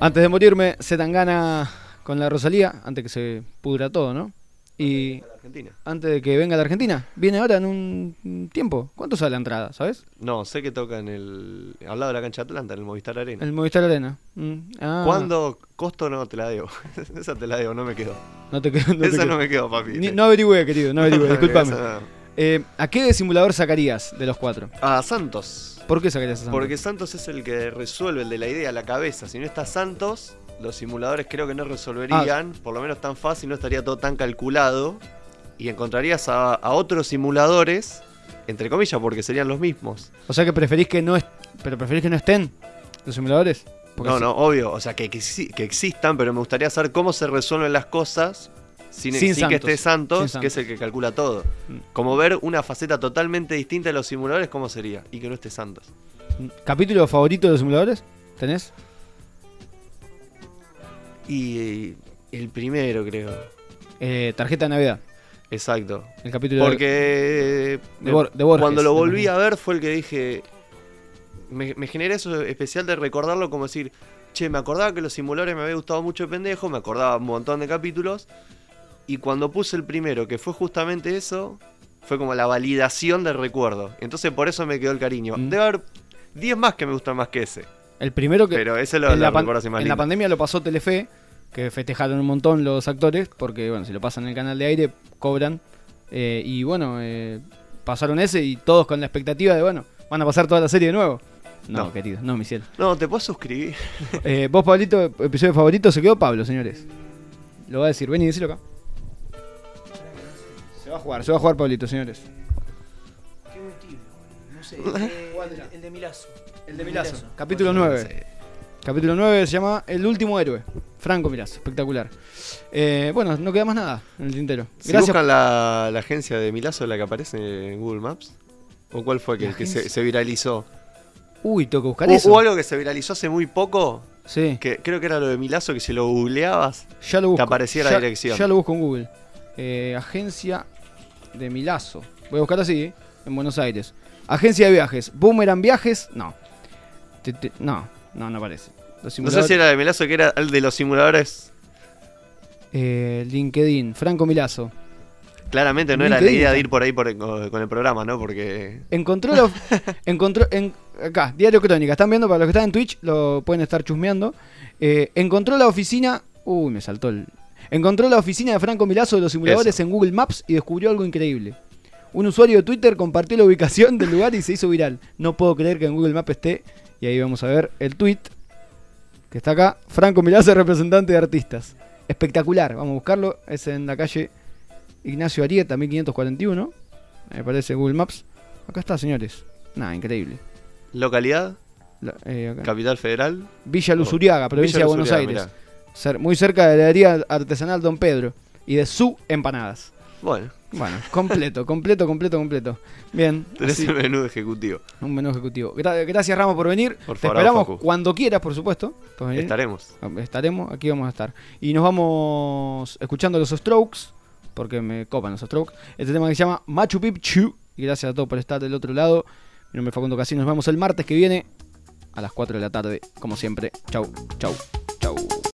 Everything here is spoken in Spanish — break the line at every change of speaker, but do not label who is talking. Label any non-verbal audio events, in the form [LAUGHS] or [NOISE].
Antes de morirme, Zetangana con la Rosalía, antes que se pudra todo, ¿no? Y
La Argentina.
antes de que venga la Argentina, viene ahora en un tiempo. ¿Cuánto sale la entrada, sabes?
No, sé que toca en el. al lado de la cancha de Atlanta, en el Movistar
En
Arena.
el Movistar Arena. Mm, ah,
¿Cuándo? Costo no te la debo. [LAUGHS] Esa te la debo, no me quedo.
No te quedo- no te
Esa
quedo.
no me quedo, papi.
Ni- no averigüé, querido, no
[LAUGHS]
averigüé, discúlpame.
Esa no.
Eh, ¿A qué desimulador sacarías de los cuatro?
A Ah, Santos.
¿Por qué sacarías a Santos?
Porque Santos es el que resuelve, el de la idea, la cabeza. Si no está Santos, los simuladores creo que no resolverían,
Ah.
por lo menos tan fácil, no estaría todo tan calculado. Y encontrarías a, a otros simuladores, entre comillas, porque serían los mismos.
O sea que preferís que no est- pero preferís que no estén los simuladores. Porque
no,
si-
no, obvio. O sea, que, que, exi- que existan, pero me gustaría saber cómo se resuelven las cosas sin,
Sin
sin que
Santos.
esté Santos,
Sin Santos.
que es el que calcula todo.
Mm.
Como ver una faceta totalmente distinta de los simuladores, ¿cómo sería? Y que no esté Santos.
¿Capítulo favorito de los simuladores? ¿Tenés?
Y el primero, creo.
Eh, tarjeta de Navidad.
Exacto.
El capítulo de-
Porque eh,
de Bor- de Borges,
cuando lo
me
volví
imagino.
a ver fue el que dije. Me, me generé eso especial de recordarlo como decir, che, me acordaba que los simuladores me había gustado mucho de pendejo, me acordaba un montón de capítulos. Y cuando puse el primero, que fue justamente eso, fue como la validación del recuerdo. Entonces por eso me quedó el cariño.
Mm.
Debe haber 10 más que me gustan más que ese.
El primero que.
Pero ese lo,
en
lo
la, pan-
recuerdo así más
en la
lindo.
pandemia lo pasó Telefe, que festejaron un montón los actores, porque bueno, si lo pasan en el canal de aire, cobran. Eh, y bueno, eh, pasaron ese y todos con la expectativa de, bueno, van a pasar toda la serie de nuevo. No,
No.
querido, no, mi cielo.
No, te puedes suscribir.
Eh, vos, Pablito, episodio favorito, se quedó Pablo, señores. Lo va a decir, ven y decilo acá. Se va a jugar, se va a jugar Pablito, señores.
Qué buen tiro. No
[LAUGHS]
sé, el de, el, el de Milazo.
El de Milazo. Capítulo 9. Capítulo 9 se llama El último héroe. Franco Milazo, espectacular. Eh, bueno, no queda más nada en el tintero.
Si
Gracias.
buscan la, la agencia de Milazo, la que aparece en Google Maps, ¿o cuál fue que,
¿La
que se,
agencia?
se viralizó?
Uy, tengo que buscar
O-
eso.
Hubo algo que se viralizó hace muy poco,
Sí,
que creo que era lo de Milazo, que si lo googleabas,
ya lo busco.
aparecía la
Ya-
dirección.
Ya lo busco en Google. Eh, agencia de Milazo. Voy a buscar así, ¿eh? en Buenos Aires. Agencia de viajes. Boomerang Viajes, no. Te- te- no, no, no aparece. Los
no sé
simuladores-
si era de Milazo, que era el de los simuladores.
Eh, LinkedIn, Franco Milazo.
Claramente no era la
LinkedIn,
idea de
¿no?
ir por ahí por- con el programa, ¿no? Porque
[LAUGHS] Encontró los. encontró. en- acá, Diario Crónica. Están viendo, para los que están en Twitch, lo pueden estar chusmeando. Eh, encontró la oficina. Uy, me saltó el. Encontró la oficina de Franco Milazo de los simuladores en Google Maps y descubrió algo increíble. Un usuario de Twitter compartió la ubicación del lugar y se hizo viral. No puedo creer que en Google Maps esté. Y ahí vamos a ver el tweet que está acá. Franco Milazo, representante de artistas. Espectacular, vamos a buscarlo. Es en la calle Ignacio Arieta, 1541. Me parece Google Maps. Acá está, señores. Nada, increíble.
localidad,
La- eh, acá.
capital federal.
Villa Luzuriaga, provincia
Oh, Villa
de Buenos
Luzuriaga,
Aires. Cer- muy cerca de la heladería artesanal Don Pedro y de su empanadas.
mirá. Bueno, [LAUGHS]
Bueno, completo, completo, completo, completo. Bien,
tenés
así,
el menú ejecutivo.
un menú ejecutivo. Gra- gracias, Ramos, por venir.
Por
Te
favor,
esperamos
Facu.
cuando quieras, por supuesto. Puedes venir.
Estaremos.
Estaremos, aquí vamos a estar. Y nos vamos escuchando los Strokes, porque me copan los Strokes. Este tema que se llama Machu Picchu. Y gracias a todos por estar del otro lado. Mi nombre es Facundo Casino. Nos vemos el martes que viene a las 4 de la tarde, como siempre. Chau, chau, chau.